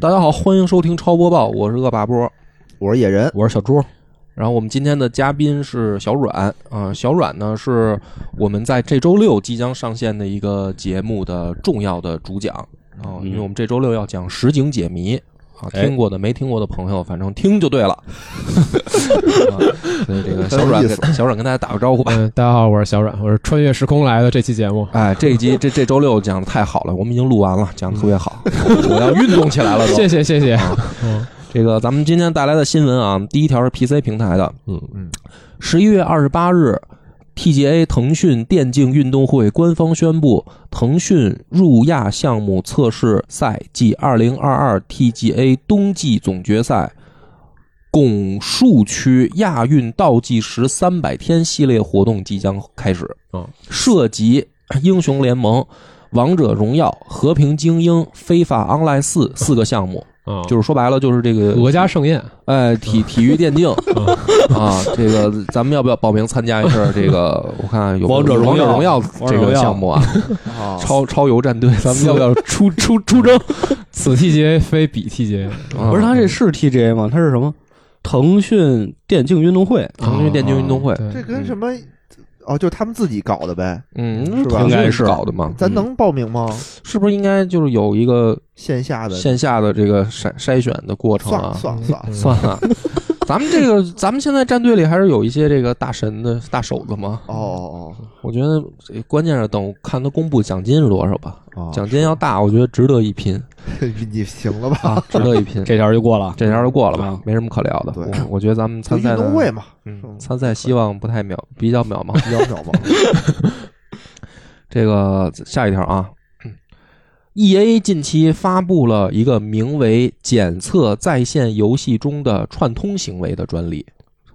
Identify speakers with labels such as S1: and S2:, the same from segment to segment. S1: 大家好，欢迎收听超播报，我是恶霸波。
S2: 我是野人，
S3: 我是小猪，
S1: 然后我们今天的嘉宾是小阮啊、小阮呢是我们在这周六即将上线的一个节目的重要的主讲啊、因为我们这周六要讲实景解谜啊，
S3: 哎
S1: 听过的、没听过的朋友，反正听就对了。啊所以这
S3: 哎
S1: 个小阮
S2: 很有意思
S1: 跟小阮跟大家打个招呼吧。
S3: 嗯，大家好，我是小阮，我是穿越时空来的这期节目，
S1: 哎，这一集这这周六讲的太好了，我们已经录完了，讲的特别 好，我要运动起来了都。
S3: 谢谢谢谢，
S1: 这个咱们今天带来的新闻啊，第一条是 PC 平台的，
S3: 嗯嗯，
S1: 十一月二十八日，TGA 腾讯电竞运动会官方宣布，腾讯入亚项目测试赛暨二零二二 TGA 冬季总决赛。拱墅区亚运倒计时三百天系列活动即将开始，
S3: 嗯，
S1: 涉及英雄联盟、王者荣耀、和平精英、非法 Online 四四个项目，
S3: 啊，
S1: 就是说白了就是这个
S3: 是家盛宴，
S1: 哎，体体育电竞啊，这个咱们要不要报名参加一下？这个我看有没有
S4: 王者荣
S1: 王
S4: 耀
S1: 者荣耀
S4: 王者
S1: 这
S4: 荣
S1: 个
S4: 耀
S1: 项目 啊，超超游战队，咱们要 不要？
S3: 出出出征？此 TGA 非彼 TGA，
S1: 不
S4: 不是他
S1: 嗯
S4: 这是 TGA 吗？他是什么？腾讯电竞运动会，
S1: 腾讯电竞运动会，
S3: 对
S2: 这跟什么？哦，就是他们自己搞的呗。
S1: 嗯，
S2: 是吧
S1: 腾
S4: 应该
S1: 讯
S4: 是
S1: 搞的嘛？
S2: 咱
S1: 嗯
S2: 能报名吗？
S1: 是不是应该就是有一个
S2: 线下的
S1: 线下的这个筛筛选的过程
S2: 算
S1: 啊
S2: 了？算了算
S3: 嗯
S2: 了，
S1: 算了， 咱们这个咱们现在战队里还是有一些这个大神的大手子嘛。
S2: 哦哦
S1: 我觉得这关键是等看他公布奖金是多少吧，
S2: 哦，
S1: 奖金要大，我觉得值得一拼。
S2: 你行了吧？
S1: 啊，值得一拼。
S4: 这条就过了。
S1: 这条就过了吧
S4: 啊，
S1: 没什么可聊的。
S2: 对
S1: 我我觉得咱们
S2: 就
S1: 参
S2: 运
S1: 赛的
S2: 动会嘛，
S1: 嗯，参赛希望不太渺，比较渺 茫。
S2: 比较渺茫。
S1: 这个下一条啊，E A 近期发布了一个名为“检测在线游戏中的串通行为”的专利。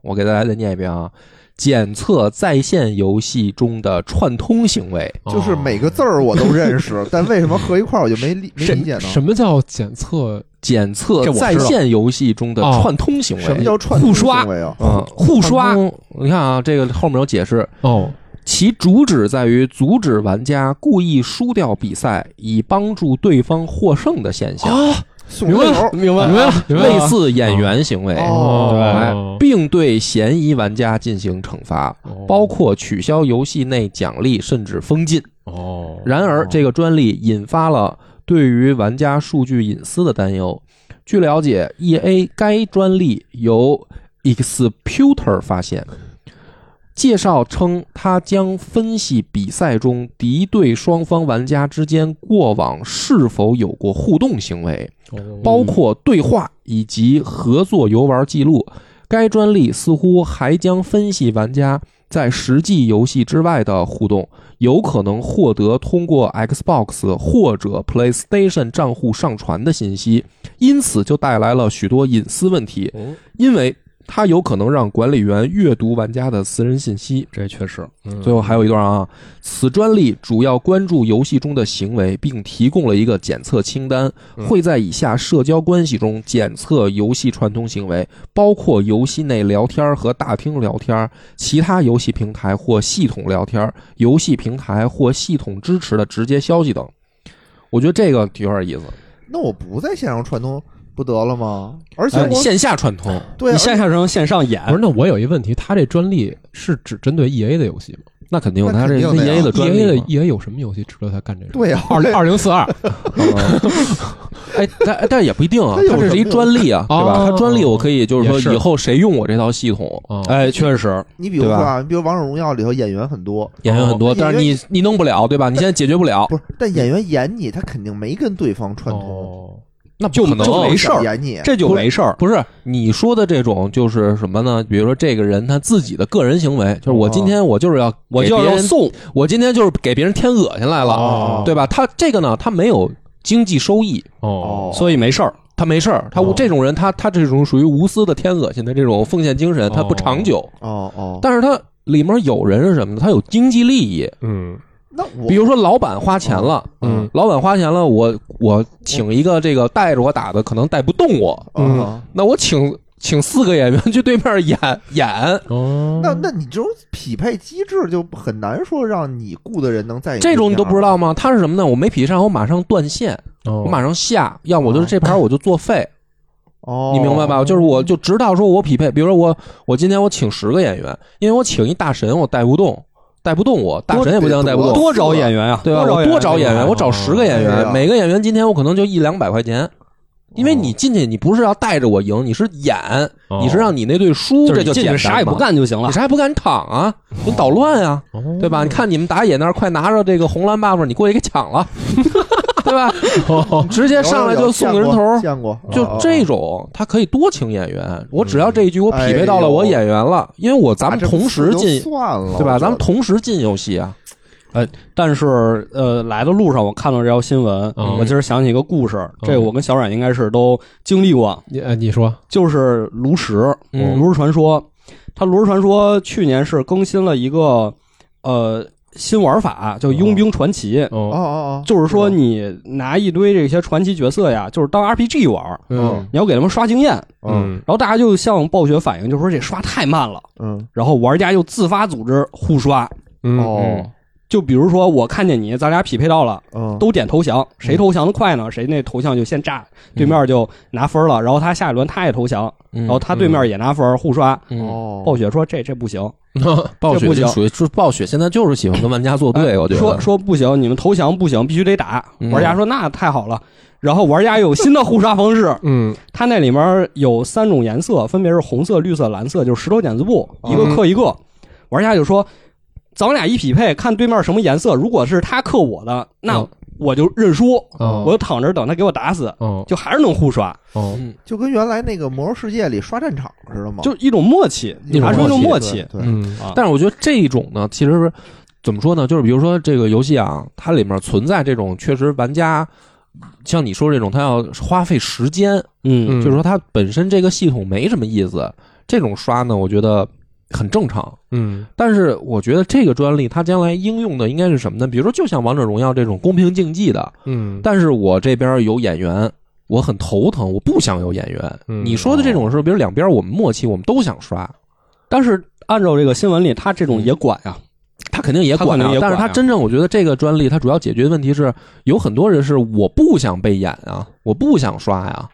S1: 我给大家再念一遍啊，检测在线游戏中的串通行为。
S2: 就是每个字儿我都认识，但为什么合一块儿我就没理没理解
S3: 哦什
S2: 呢？
S3: 什么叫检测
S1: 检测
S4: 这我知道
S1: 在线游戏中的串通行为，
S2: 什么叫串通
S1: 哦互刷
S2: 行为啊？
S1: 嗯
S3: 互刷
S1: 串通你看啊，这个后面有解释，
S3: 哦
S1: 其主旨在于阻止玩家故意输掉比赛，以帮助对方获胜的现象，
S3: 哦
S2: 送人头
S4: 明
S3: 明白了明
S1: 哦
S3: 白
S1: 类
S3: 了
S1: 似演员行为，
S2: 哦
S1: 哎
S3: 哦，
S1: 并对嫌疑玩家进行惩罚，
S3: 对
S1: 包括取消游戏内奖励甚至封禁。
S3: 哦，
S1: 然而，这个专利引发了对于玩家数据隐私的担忧。据了解，E A 该专利由 Exputer 发现。介绍称，它将分析比赛中敌对双方玩家之间过往是否有过互动行为，
S3: 哦
S1: 包括对话以及合作游玩记录。该专利似乎还将分析玩家在实际游戏之外的互动，有可能获得通过 Xbox 或者 PlayStation 账户上传的信息，因此就带来了许多隐私问题，
S3: 哦
S1: 因为它有可能让管理员阅读玩家的私人信息。
S4: 这确实，
S3: 嗯
S1: 最后还有一段啊，此专利主要关注游戏中的行为，并提供了一个检测清单，
S3: 嗯
S1: 会在以下社交关系中检测游戏串通行为，包括游戏内聊天和大厅聊天、其他游戏平台或系统聊天、游戏平台或系统支持的直接消息等。我觉得这个有点意思，
S2: 那我不在线上串通不得了吗？而且
S1: 哎你
S2: 我
S1: 呃线下串通，
S2: 对啊
S4: 你线下成线上演
S3: 不，是，那我有一问题，他这专利是只针对 EA 的游戏吗
S1: 那肯定
S2: 那
S1: 他这
S2: 肯定的呀
S1: EA E 的专利
S3: ？EA 的
S1: 嘛
S3: EA 有什么游戏值得他干这个？
S2: 对啊，
S3: 二零二零四二，
S1: 哎，但但也不一定啊，
S2: 嗯它有
S1: 它这是一
S2: 什么
S1: 专利啊，对吧？
S3: 哦
S1: 它专利我可以就是
S3: 也
S1: 说，
S3: 是
S1: 以后谁用我这套系统，
S3: 哦
S4: 哎，确实，
S2: 你比如说啊，你比如王者荣耀里头演员很多，
S1: 演员很多，
S2: 哦
S1: 但是你你弄不了，对吧？你现在解决不了，
S2: 不是，但演员演你，他肯定没跟对方串通，
S3: 哦，
S1: 那
S4: 就
S1: 不可能啊
S2: 啊
S4: 就没事儿
S2: 演你。
S4: 这就没事儿。
S1: 不是你说的这种，就是什么呢？比如说这个人他自己的个人行为，就是我今天哦我就是要
S4: 我
S1: 给
S4: 就
S1: 别
S4: 要
S1: 人，
S4: 送，
S1: 我今天就是给别人添恶心来了，
S3: 哦
S1: 对吧？他这个呢，他没有经济收益，
S3: 哦，
S4: 所以没事儿。
S1: 他没事儿，他无
S3: 哦
S1: 这种人，他他这种属于无私的添恶心的这种奉献精神，他不长久。
S2: 哦哦，
S1: 但是他里面有人是什么呢？他有经济利益，
S3: 嗯
S2: 那我
S1: 比如说老板花钱了，
S3: 嗯，
S1: 老板花钱了，我我请一个这个带着我打的，可能带不动我，
S3: 嗯
S2: 啊
S1: 那我请请四个演员去对面演演，嗯
S3: 哦，
S2: 那那你这种匹配机制就很难说让你雇的人能在你
S1: 这种你都不知
S2: 道
S1: 道吗？他是什么呢？我没匹上，我马上断线，我
S3: 哦，
S1: 马上下，要么我就是这盘我就作废，
S2: 哦，
S1: 你明白吧？就是我就直到说我匹配，比如说我我今天我请十个演员，因为我请一大神我带不动，带不动我，大神也不行带不
S2: 多
S1: 动，
S4: 多找演员呀，啊
S1: 对吧？我多找演员，我找十个演
S2: 哎
S1: 员，
S2: 呀
S1: 每个演员今天我可能就一两百块钱。因为你
S4: 哦
S1: 进去，你不是要带着我赢，你是演，
S3: 哦
S1: 你是让你那队输，
S4: 就
S1: 这
S4: 是你
S1: 就
S4: 进
S1: 简
S4: 去
S1: 单
S4: 啥也不
S1: 嘛，
S4: 干就行了
S1: 你。啥也不干，你躺啊，你捣乱啊，
S3: 哦
S1: 对吧？你看你们打野那儿，快拿着这个红蓝 buff，你过去给抢了， 对吧？
S4: 哦
S1: 直接上来就送个人头儿，
S2: 见过，哦
S1: 就这
S2: 种
S1: 种，他可以多请演员。我只要
S4: 嗯
S1: 这一局我匹配
S2: 哎
S1: 到了我演员了，因为我咱
S2: 啊
S1: 们同时进，
S2: 算了，
S1: 对吧？
S2: 我觉得
S1: 咱们同时进游戏啊，
S4: 但是呃，来的路上我看到这条新闻，
S3: 嗯
S4: 我今儿想起一个故事，
S3: 嗯
S4: 这我跟小冉应该是都经历过，
S3: 你呃你说
S4: 就是炉石，
S1: 嗯
S4: 哦炉石传说，它炉石传说去年是更新了一个呃新玩法，叫佣兵传奇。
S2: 哦哦
S3: 哦，
S2: 哦，
S4: 就是说，你拿一堆这些传奇角色呀，就是当 RPG 玩儿，
S2: 哦
S3: 嗯
S4: 你要给他们刷经验，然
S2: 嗯
S3: 嗯
S4: 后大家就向暴雪反映，就说这刷太慢了，
S2: 嗯
S4: 然后玩家又自发组织互刷，
S3: 嗯，
S2: 哦
S4: 就比如说我看见你，咱俩匹配到了，
S2: 嗯，嗯
S4: 都点投降，谁投降的快呢，谁那头像就先炸，对面就拿分了，然后他下一轮他也投降，
S1: 然
S4: 然后哦
S1: 嗯
S4: 他对面也拿分，互刷。
S1: 哦，
S2: 嗯哦
S4: 暴雪说这这不行，
S1: 暴雪
S4: 这不行
S1: 就属于就是暴雪现在就是喜欢跟玩家作对，我觉得
S4: 哎说说不行，你们投降不行，必须得打。
S1: 嗯
S4: 玩家说那太好了，然后玩家有新的互刷方式
S3: 嗯
S4: 它那里面有三种颜色，分别是红色、绿色、蓝色，就是石头剪子布，
S1: 嗯
S4: 一个克一个。玩家就说，咱们俩一匹配，看对面什么颜色，如果是他克我的，那
S3: 嗯
S4: 我就认输，
S3: 哦
S4: 我就躺着等他给我打死，
S3: 哦
S4: 就还是能互刷。
S3: 哦
S2: 就跟原来那个魔兽世界里刷战场似的
S1: 哦
S2: 嘛，
S4: 就是一种默契，
S2: 一
S4: 拿
S2: 种
S4: 出一种默
S2: 默
S4: 契。
S2: 对，对
S3: 嗯
S4: 啊
S1: 但是我觉得这种呢，其实怎么说呢？就是比如说这个游戏啊，它里面存在这种确实玩家像你说这种，他要花费时间，
S4: 嗯
S3: 嗯
S1: 就是说它本身这个系统没什么意思。这种刷呢，我觉得很正常。
S3: 嗯
S1: 但是我觉得这个专利它将来应用的应该是什么呢？比如说，就像王者荣耀这种公平竞技的，
S3: 嗯，
S1: 但是我这边有演员，我很头疼，我不想有演员。
S3: 嗯
S1: 你说的这种是，比如两边我们默契，我们都想刷，
S4: 但是按照这个新闻里，他这种也管呀、
S1: 嗯他肯定也管啊
S4: 他肯定也，
S1: 但
S4: 管啊
S1: 是他真正我觉得这个专利，它主要解决的问题是，有很多人是我不想被演啊，我不想刷呀、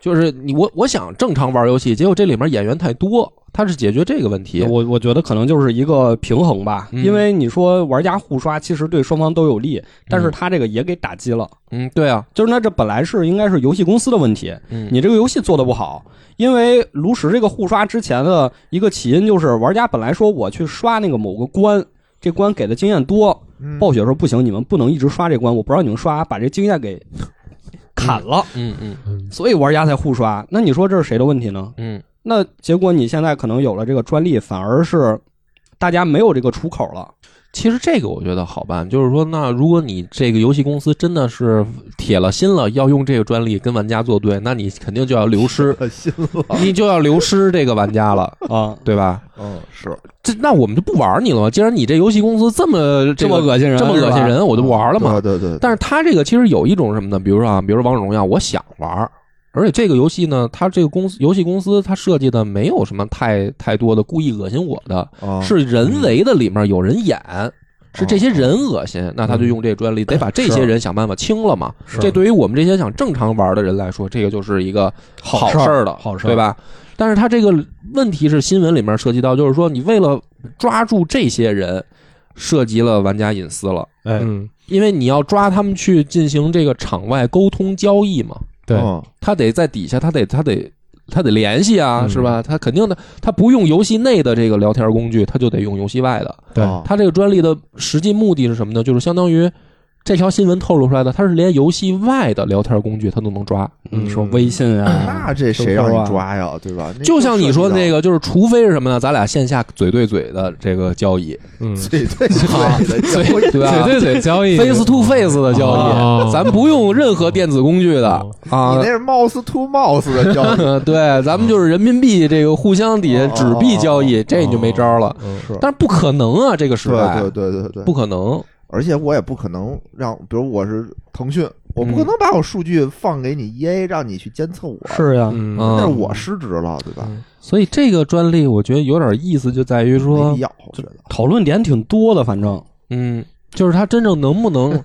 S1: 就是你我我想正常玩游戏，结果这里面演员太多，他是解决这个问题。
S4: 我我觉得可能就是一个平衡吧，
S1: 嗯
S4: 因为你说玩家互刷，其实对双方都有利，但是他这个也给打击了。
S1: 嗯，对啊，
S4: 就是那这本来是应该是游戏公司的问题，
S1: 嗯
S4: 你这个游戏做的不好。因为炉石这个互刷之前的一个起因就是玩家本来说我去刷那个某个关，这关给的经验多，
S2: 嗯
S4: 暴雪说不行，你们不能一直刷这关，我不让你们刷，把这经验给砍了，
S1: 嗯嗯
S4: 所以玩家才互刷。那你说这是谁的问题呢？
S1: 嗯
S4: 那结果你现在可能有了这个专利，反而是大家没有这个出口 了。
S1: 其实这个我觉得好办，就是说，那如果你这个游戏公司真的是铁了心了要用这个专利跟玩家作对，那你肯定就要流 失，
S2: 可信了，
S1: 你就要流失这个玩家了，
S4: 啊，
S1: 对吧？
S2: 嗯，是
S1: 这那我们就不玩你了吗？既然你这游戏公司这么这
S4: 这么
S1: 个
S4: 恶心人，
S1: 这么恶心
S4: 是吧，
S1: 人，我就不玩了嘛。
S2: 对对对，
S1: 但是它这个其实有一种什么呢？比如说啊，比如说王者荣耀，我想玩儿，而且这个游戏呢，它这个公司游戏公司它设计的没有什么太太多的故意恶心我的，
S4: 哦
S2: 但
S1: 是人为的里面有人演。
S4: 嗯
S1: 是这些人恶心，
S4: 哦
S1: 那他就用这专利，得把这些人想办法清了嘛。
S3: 是
S1: 这对于我们这些想正常玩的人来说，这个就是一个好
S4: 事儿
S1: 儿了，
S4: 好事儿
S1: 对吧？但是他这个问题是新闻里面涉及到，就是说你为了抓住这些人，涉及了玩家隐私了。
S4: 哎，
S3: 嗯
S1: 因为你要抓他们去进行这个场外沟通交易嘛，
S3: 对
S1: 他得在底下，他得他得他得联系啊，
S3: 嗯
S1: 是吧？他肯定的，他不用游戏内的这个聊天工具，他就得用游戏外的。
S3: 对
S1: 他这个专利的实际目的是什么呢？就是相当于这条新闻透露出来的，他是连游戏外的聊天工具他都能抓。
S3: 嗯
S4: 你说微信
S1: 嗯
S4: 啊，
S2: 那这谁让你抓呀，对吧？那
S1: 啊就像你说的那
S2: 个
S1: 个，就是除非是什么呢？咱俩线下嘴对嘴的这个交 易，
S3: 嗯
S2: 对 对
S1: 啊
S2: 对
S1: 嘴
S2: 对
S1: 对 吧
S3: 嘴对嘴交易
S1: ？face to face 的交
S3: 哦
S1: 易，咱不用任何电子工具的
S3: 哦
S1: 啊。
S2: 你那是 mouse to mouse 的交 易，
S1: 对，咱们就是人民币这个互相底下
S2: 哦
S1: 纸币交易，这你就没招了。
S3: 嗯
S2: 是
S1: 但是不可能啊，这个时代
S2: 哦对对对对对，
S1: 不可能。
S2: 而且我也不可能让，比如我是腾讯，我
S1: 嗯
S2: 不可能把我数据放给你 EA，让你去监测我，
S4: 是呀，
S3: 嗯
S1: 嗯
S2: 那是我失职了，对吧？
S1: 所以这个专利，我觉得有点意思，就在于
S2: 没
S1: 说
S2: 必，要，我觉得。
S4: 讨论点挺多的，反正
S1: 嗯，就是它真正能不能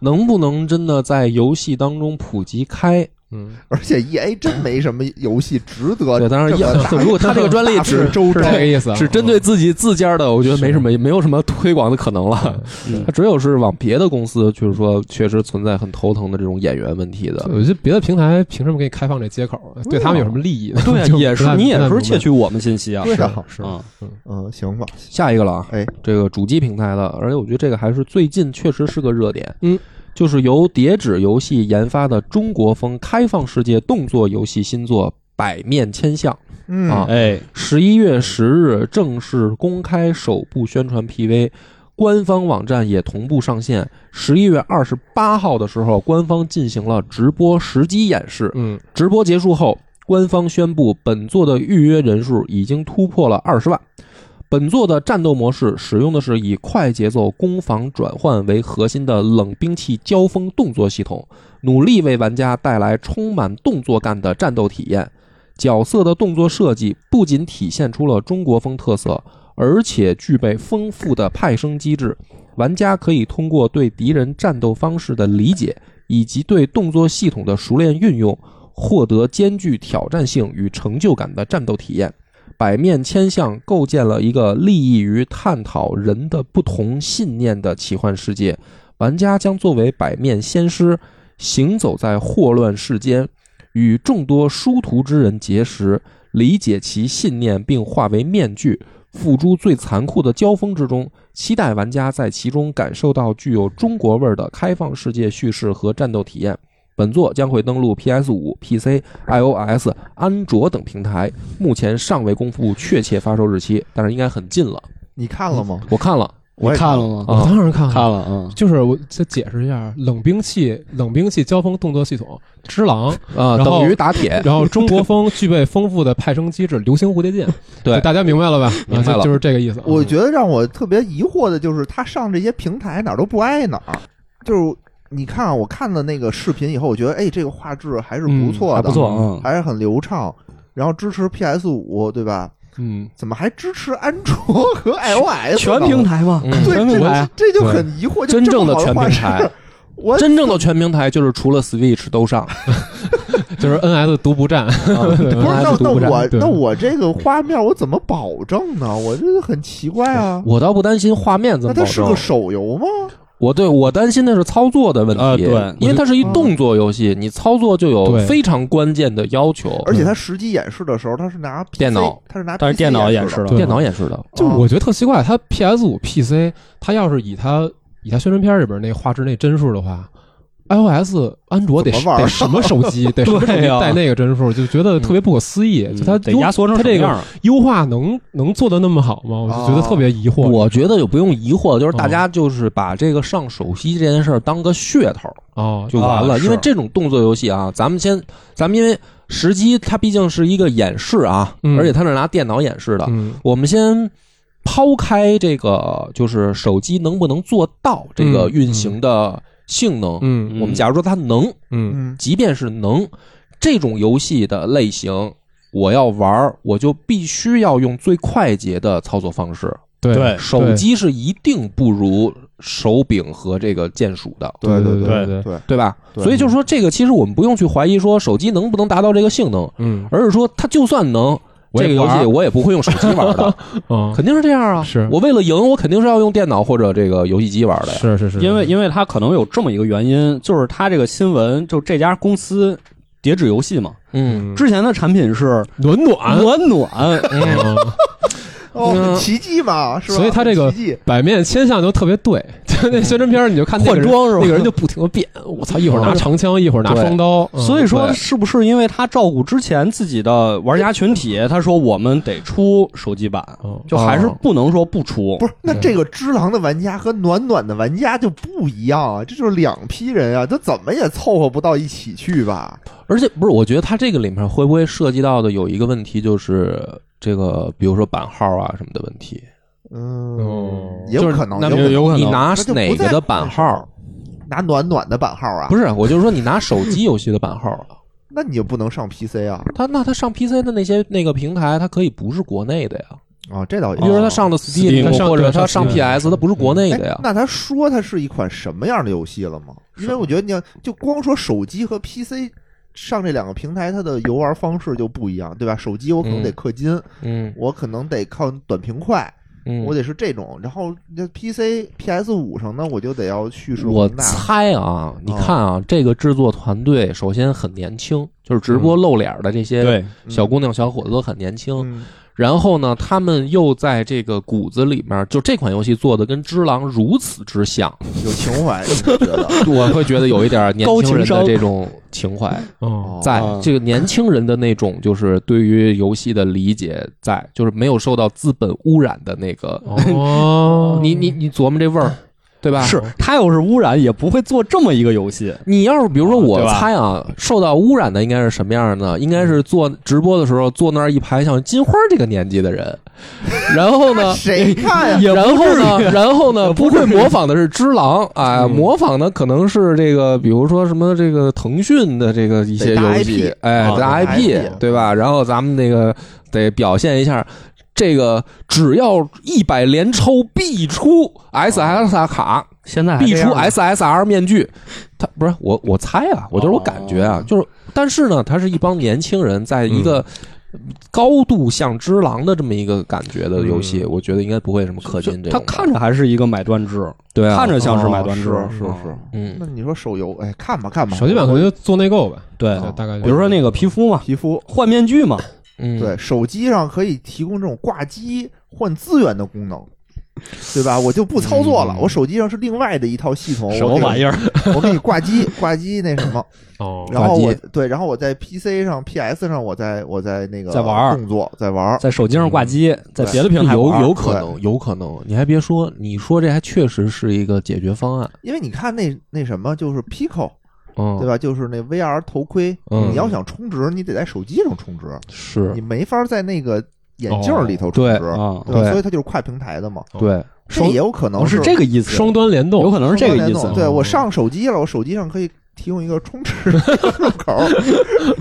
S1: 能不能真的在游戏当中普及开？
S3: 嗯，
S2: 而且 E A 真没什么游戏值得
S1: 对，当然
S2: 啊这么
S1: 要
S2: 大
S1: 如果他这个专利
S2: 大
S1: 只
S2: 费周
S3: 是
S2: 章
S3: 这个意思啊，
S1: 只针对自己自家的，我觉得没什么，没有什么推广的可能了。
S4: 嗯
S1: 他只有是往别的公司，就是说确实存在很头疼的这种演员问题的。
S3: 我觉得别的平台凭什么给你开放这接口？对他们有什么利益呢？
S4: 对啊，
S3: 就
S4: 也
S3: 不
S4: 是
S3: 太
S4: 你也
S3: 不太
S4: 是
S3: 明白
S4: 窃取我们信息啊，
S2: 对
S3: 是
S2: 啊
S3: 啊是啊
S4: 嗯
S2: 嗯，行吧，
S1: 下一个了啊，
S2: 哎，
S1: 这个主机平台的，而且我觉得这个还是最近确实是个热点。
S3: 嗯，
S1: 就是由叠纸游戏研发的中国风开放世界动作游戏新作《百面千相》
S2: 嗯
S1: 啊
S4: 哎，
S1: 十一月十日正式公开首部宣传 PV，官方网站也同步上线。十一月二十八号的时候，官方进行了直播实机演示。
S3: 嗯，
S1: 直播结束后，官方宣布本作的预约人数已经突破了二十万。本作的战斗模式使用的是以快节奏攻防转换为核心的冷兵器交锋动作系统，努力为玩家带来充满动作感的战斗体验。角色的动作设计不仅体现出了中国风特色，而且具备丰富的派生机制。玩家可以通过对敌人战斗方式的理解以及对动作系统的熟练运用，获得兼具挑战性与成就感的战斗体验。百面千相构建了一个利益于探讨人的不同信念的奇幻世界，玩家将作为百面先师，行走在祸乱世间，与众多殊途之人结识，理解其信念并化为面具，付诸最残酷的交锋之中。期待玩家在其中感受到具有中国味儿的开放世界叙事和战斗体验。本作将会登陆 PS 五、PC、iOS、安卓等平台，目前尚未公布确切发售日期，但是应该很近了。
S2: 你看了吗？
S1: 我看了，
S2: 我也
S4: 看了吗？
S1: 啊
S3: 我当然看
S4: 看了，嗯，
S3: 就是我再解释一下，冷兵器冷兵器交锋动作系统，只狼，
S1: 啊、
S3: 然后
S1: 等于打铁，
S3: 然后中国风具备丰富的派生机制，流行蝴蝶剑，
S1: 对
S3: 就大家明白了吧？啊
S1: 明白
S3: 就
S1: 了
S3: 就是这个意思。
S2: 我觉得让我特别疑惑的就是，他上这些平台哪儿都不挨哪儿。就是你看啊，我看了那个视频以后，我觉得哎，这个画质还是不错
S4: 还
S2: 的，
S4: 不错，嗯，
S2: 还是很流畅，然后支持 PS 五，对吧？
S3: 嗯，
S2: 怎么还支持安卓和 iOS？
S4: 全
S2: 呢
S4: 平台嘛，
S1: 嗯
S2: 对，
S4: 全平台啊
S2: 这这就很疑惑。就
S1: 真正的
S2: 这
S1: 全
S2: 么好
S1: 平
S2: 画质
S1: 台，，
S2: 我
S1: 真正的全平台就是除了 Switch 都上，呃
S3: 就是 NS 独步战，
S2: 不是那
S3: NS
S2: 那
S3: 独步
S2: 我
S3: 战，对
S2: 那我这个画面我怎么保证呢？我这个很奇怪
S4: 哎
S2: 啊。
S1: 我倒不担心画面怎
S2: 那
S1: 么
S2: 它
S1: 保
S2: 是
S1: 证
S4: 啊
S2: 个，手游吗？
S1: 我对我担心的是操作的问题，
S4: 啊对
S1: 因为它是一
S2: 我就
S1: 动作游戏，你操作就有
S3: 对
S1: 非常关键的要求，
S2: 而且它实际演示的时候，它是拿 PC,
S1: 电脑，
S2: 它是拿 PC
S4: 嗯但是电脑
S2: 演
S4: 演
S2: 示
S4: 示
S2: 的。
S4: 了，
S3: 对
S1: 电脑演示的，
S3: 就我觉得特奇怪，它 PS 五、PC，它要是以它以它宣传片里边那画质那帧数的话，iOS、安卓得
S2: 怎么玩儿
S3: 得什么手机，得什么手机
S4: 对呀
S3: 带那个帧数，就觉得特别不可思议。就它
S4: 嗯得
S3: 优
S4: 压缩成
S3: 它
S4: 什么
S3: 这
S4: 样
S3: 个
S4: 啊？
S3: 优化能能做的那么好吗？我就觉得特别疑惑。
S1: 我觉得也不用疑惑，就是
S3: 嗯
S1: 大家就是把这个上手机这件事儿当个噱头
S3: 哦，
S1: 就完了，
S4: 啊是
S1: 因为这种动作游戏啊，咱们先，咱们因为时机它毕竟是一个演示啊，
S3: 嗯
S1: 而且它是拿电脑演示的，
S3: 嗯，
S1: 我们先抛开这个就是手机能不能做到这个
S3: 嗯
S1: 运行的性能，
S3: 嗯
S1: 我们假如说它能，
S3: 嗯
S2: 嗯，
S1: 即便是能，这种游戏的类型。我要玩儿，我就必须要用最快捷的操作方式。
S3: 对
S4: 对
S1: 手机是一定不如手柄和这个键鼠的，
S2: 对对
S3: 对
S4: 对
S2: 对，
S1: 对吧？
S2: 对
S1: 所以就是说，这个其实我们不用去怀疑说手机能不能达到这个性能，
S3: 嗯
S1: 而是说它就算能，
S3: 我
S1: 这
S3: 也
S1: 个游
S3: 不玩
S1: 戏我也不会用手机玩 的，
S3: 嗯，
S1: 肯定是这样啊。
S3: 是
S1: 我为了赢，我肯定是要用电脑或者这个游戏机玩的呀。
S3: 是是是，
S4: 因为因为它可能有这么一个原因，就是它这个新闻，就这家公司叠纸游戏嘛，
S1: 嗯，
S3: 嗯
S4: 之前的产品是
S3: 暖暖，
S4: 暖 暖，
S3: 嗯
S2: 哦，
S1: 嗯
S2: 奇迹嘛，是吧？
S3: 所以它这个
S2: 奇迹，
S3: 百面千相就特别对，就那宣传片儿你就看那个
S4: 换
S3: 人
S4: 装是吧？
S3: 那个人就不停的变，我操，一会儿拿
S1: 嗯
S3: 长枪，一会儿拿
S1: 对
S3: 双刀，嗯
S4: 所以说，
S1: 对
S4: 是不是因为他照顾之前自己的玩家群体，他说我们得出手机版，
S3: 哦
S4: 就还是不能说不出。
S2: 哦不是，那这个只狼的玩家和暖暖的玩家就不一样啊，这就是两批人啊，他怎么也凑合不到一起去吧？
S1: 而且不是，我觉得它这个里面会不会涉及到的有一个问题，就是这个，比如说版号啊什么的问题，
S2: 嗯
S3: 哦，
S2: 也有
S1: 就是
S2: 可能，
S1: 那
S2: 也
S4: 有可能
S1: 你拿
S2: 那就不
S1: 哪个
S2: 在
S1: 的版号？
S2: 拿暖暖的版号啊？
S1: 不
S2: 是，
S1: 是，我就是说你拿手机游戏的版号啊。
S2: 那你就不能上 PC 啊？
S1: 他那他上 PC 的那些那个平台，它可以不是国内的呀。
S2: 啊，这倒也
S1: 比如说他上的 Steam，、
S3: Steam，
S1: 或者
S3: 对
S1: 他
S3: 上
S1: 上
S3: Steam
S1: PS，他不是国内的呀
S2: 哎。那他说它是一款什么样的游戏了吗？因为我觉得你要就光说手机和 PC 上这两个平台，它的游玩方式就不一样，对吧？手机我可能得氪金，
S1: 嗯
S2: 我可能得靠短平快，
S1: 嗯，
S2: 我得是这种。然后那 PC、PS 五上呢，我就得要叙事
S1: 我
S2: 宏大
S1: 猜啊，你看啊，这个制作团队首先很年轻，就是直播露脸的这些
S4: 对，
S1: 小姑娘、小伙子都很年轻。
S2: 嗯
S1: 然后呢，他们又在这个骨子里面，就这款游戏做的跟《只狼》如此之像，
S2: 有情怀，你觉得？
S1: 我会觉得有一点年轻人的这种情怀
S3: 嗯，
S2: 哦，
S1: 在
S4: 啊，
S1: 这个年轻人的那种就是对于游戏的理解在，就是没有受到资本污染的那个，
S3: 哦
S1: 你你你琢磨这味儿，对吧？
S4: 是他要是污染，也不会做这么一个游戏。
S1: 你要是比如说，我
S4: 哦对吧
S1: 猜啊，受到污染的应该是什么样呢？应该是做直播的时候坐那儿一排像金花这个年纪的人，然后呢
S4: 啊
S2: 谁 看呀？
S4: 也
S1: 然后
S4: 不至于
S1: 呢，然后呢，不会模仿的是只狼啊，
S3: 嗯
S1: 模仿的可能是这个，比如说什么这个腾讯的这个一些
S2: 得搭
S1: 游戏
S2: IP，
S1: 哎，
S4: 啊
S1: 大
S2: 搭
S1: IP
S2: IP
S1: 对吧？然后咱们那个得表现一下。这个只要一百连抽必出 SSR 卡，
S5: 现
S4: 哎
S5: 在还
S1: 必
S5: 这样
S1: 出
S5: 吗
S1: SSR 面具。他不是我，我猜啊，我就是我感觉啊，就是，但是呢，他是一帮年轻人，在一个高度像只狼的这么一个感觉的游戏，我觉得应该不会什么氪金这
S4: 他
S1: 种的。
S4: 看着还是一个买断制，
S1: 对啊，
S4: 看着像是买
S2: 哦
S4: 断制。
S2: 是是是。
S1: 嗯
S2: 那你说手游，哎，看吧看吧，
S3: 手机版可能就做内购吧，
S4: 对，
S3: 就大概就
S4: 嗯比如说那个皮肤嘛，
S2: 皮肤。
S4: 换面具嘛，
S1: 嗯，
S2: 对，手机上可以提供这种挂机换资源的功能，对吧？我就不操作了，
S1: 嗯
S2: 我手机上是另外的一套系统，
S4: 什么玩意
S2: 儿？
S4: 儿？
S2: 我给你挂机，挂机那什么，
S3: 哦，
S2: 然后我
S1: 挂
S2: 对，然后我在 PC 上、PS 上，我在我在那个
S4: 在玩儿
S2: 动作，在玩儿，
S4: 在手机上挂机，在别的平台
S1: 有
S4: 玩
S1: 有可能，有可能。你还别说，你说这还确实是一个解决方案，
S2: 因为你看那那什么，就是 Pico
S1: 嗯，
S2: 对？吧？就是那 VR 头盔，
S1: 嗯
S2: 你要想充值，你得在手机上充值，
S1: 是
S2: 你，没法在那个眼
S4: 哦
S2: 镜儿里头充
S1: 对
S2: 值，
S4: 啊，
S2: 对吧
S1: 对
S2: 所以它就是跨平台的嘛。
S1: 对，
S2: 这也有可能
S4: 哦是这个意思，
S3: 双端联动，
S4: 有可能是这个
S2: 双
S4: 意思哦
S2: 联动。对我上手机了，我手机上可以提供一个充值 入口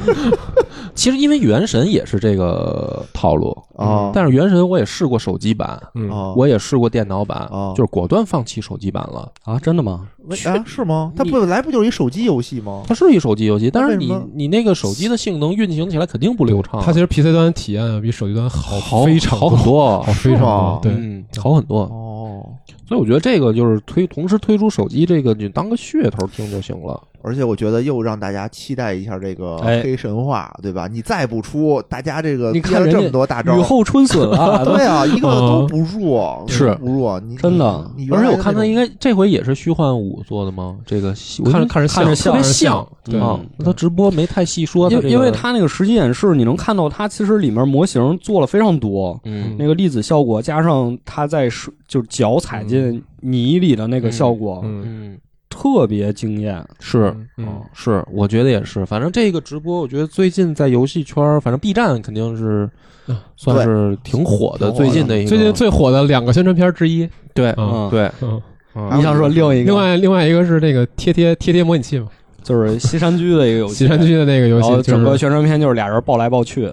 S1: 其实因为《原神》也是这个套路，嗯
S2: 啊
S1: 但是《原神》我也试过手机版，
S3: 嗯，
S2: 啊，
S1: 我也试过电脑版，
S2: 哦
S1: 就是果断放弃手机版了。
S4: 啊，真的吗？
S2: 啊是吗？它
S1: 你
S2: 本来不就是一手机游戏吗？
S1: 它是一手机游戏，但是
S2: 为
S1: 你
S2: 什么
S1: 你那个手机的性能运行起来肯定不流畅啊。
S3: 它其实 PC 端体验啊比手机端好
S1: 好
S3: 非常
S1: 好很
S3: 多，
S1: 多
S3: 好，非常多
S2: 吗，
S3: 对，
S1: 嗯，好很多。
S2: 哦，
S1: 所以我觉得这个就是推同时推出手机这个，你当个噱头听就行了。
S2: 而且我觉得又让大家期待一下这个
S4: 哎
S2: 黑神话，对吧？你再不出，大家这个憋
S4: 你看
S2: 了
S4: 人家
S2: 这么多大招
S4: 雨，后春笋 啊，都
S2: 对啊，一个都不入，
S1: 是
S2: 不入，你
S4: 真的
S2: 你
S1: 而且我看
S2: 他
S1: 它应该这回也是虚幻五做的吗？这个戏
S4: 嗯
S1: 我
S3: 看
S1: 觉
S3: 着
S1: 得
S3: 看着像
S1: 特别
S3: 看着像
S1: 像
S3: 对嗯
S1: 啊。他直播没太细说，
S4: 因
S1: 它这个
S4: 因为它那个实际演示，你能看到它其实里面模型做了非常多，
S1: 嗯
S4: 那个粒子效果加上它在水就是脚踩进泥里的那个效果，
S3: 嗯
S1: 嗯
S4: 特别惊艳。
S1: 是。哦
S3: 嗯，
S1: 是，我觉得也是。反正这个直播，我觉得最近在游戏圈儿，反正 B 站肯定是
S3: 嗯
S1: 算是挺火的，
S2: 挺火的
S1: 最近的一个
S3: 最近最火的两个宣传片之一，
S1: 对
S3: 嗯
S4: 嗯，
S1: 对，
S3: 嗯，
S2: 啊
S1: 嗯
S4: 你想说另一
S3: 另
S4: 个
S3: 外另外一个是那个贴贴贴贴模拟器嘛，
S4: 就是西山居的一个游戏，
S3: 西山居的那个游
S4: 然
S3: 戏，
S4: 后
S3: 就是
S4: 整个宣传片就是俩人抱来抱去，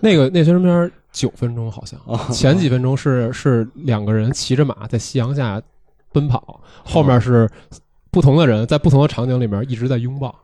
S3: 那个那宣传片九分钟好像
S4: 啊，
S3: 前几分钟是是两个人骑着马在夕阳下奔跑，后面是不同的人在不同的场景里面一直在拥抱。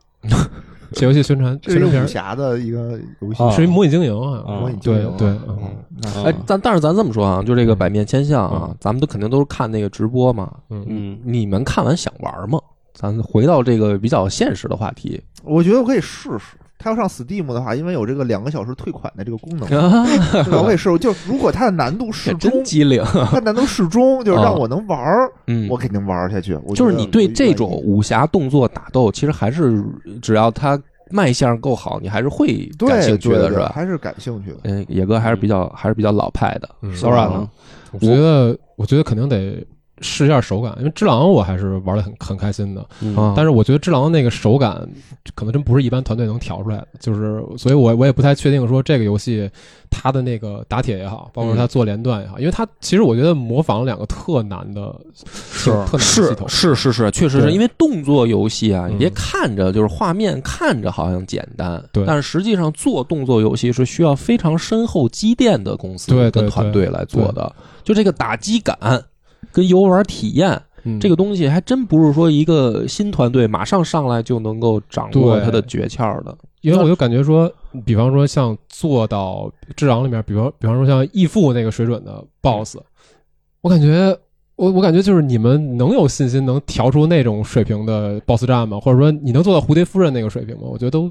S3: 这游戏宣传
S2: 这是
S3: 宣传
S2: 武
S3: 片
S2: 侠的一个游戏
S4: 啊，
S3: 是一模拟经营啊，
S4: 啊
S2: 模拟经
S3: 对
S2: 营
S3: 对，
S2: 啊
S3: 嗯
S2: 那
S1: 哎，但但是咱这么说啊，就这个百面千相啊
S3: 嗯，
S1: 咱们都肯定都是看那个直播嘛。
S3: 嗯
S4: 嗯，
S1: 你们看完想玩吗？咱回到这个比较现实的话 题，
S2: 我觉得我可以试试。他要上 Steam 的话，因为有这个两个小时退款的这个功 能，对吧？我也是，就是如果它的难度适
S1: 这
S2: 中，
S1: 真机灵。
S2: 它难度适中，就是让我能玩儿，
S1: 嗯
S2: 我，肯定玩儿下去。我觉
S1: 就
S2: 得
S1: 是你对
S2: 我
S1: 这种武侠动作打斗，其实还是只要它卖相够好，你还是会
S2: 愿
S1: 感
S2: 意对
S1: 兴趣的
S2: 对
S1: 是
S2: 对
S1: 吧？
S2: 还是感兴趣的。
S1: 嗯，野哥还是比较还是比较老派的。
S3: 嗯，
S4: 小
S2: 软
S4: 冉呢？
S3: 我觉得我觉得肯定得试一下手感，因为《只狼》我还是玩的很很开心的，
S4: 嗯
S1: 啊，
S3: 但是我觉得《只狼》那个手感可能真不是一般团队能调出来的，就是所以我我也不太确定说这个游戏它的那个打铁也好，包括
S1: 嗯
S3: 它做连段也好，因为它其实我觉得模仿了两个特难的系特难的系
S1: 是
S3: 统，
S1: 是是是，确实
S3: 对
S1: 是因为动作游戏啊，
S3: 嗯
S1: 你别看着就是画面看着好像简单，
S3: 对
S1: 但实际上做动作游戏是需要非常深厚积淀的公司
S3: 对对
S1: 跟
S3: 对
S1: 团队来做的，就这个打击感跟游玩体验
S3: 嗯
S1: 这个东西，还真不是说一个新团队马上上来就能够掌握
S3: 对
S1: 它的诀窍的。
S3: 因为我就感觉说，比方说像做到《智狼》里面，比方比方说像义父那个水准的
S1: 嗯
S3: BOSS，我感觉我我感觉就是你们能有信心能调出那种水平的 BOSS 战吗？或者说你能做到蝴蝶夫人那个水平吗？我觉得都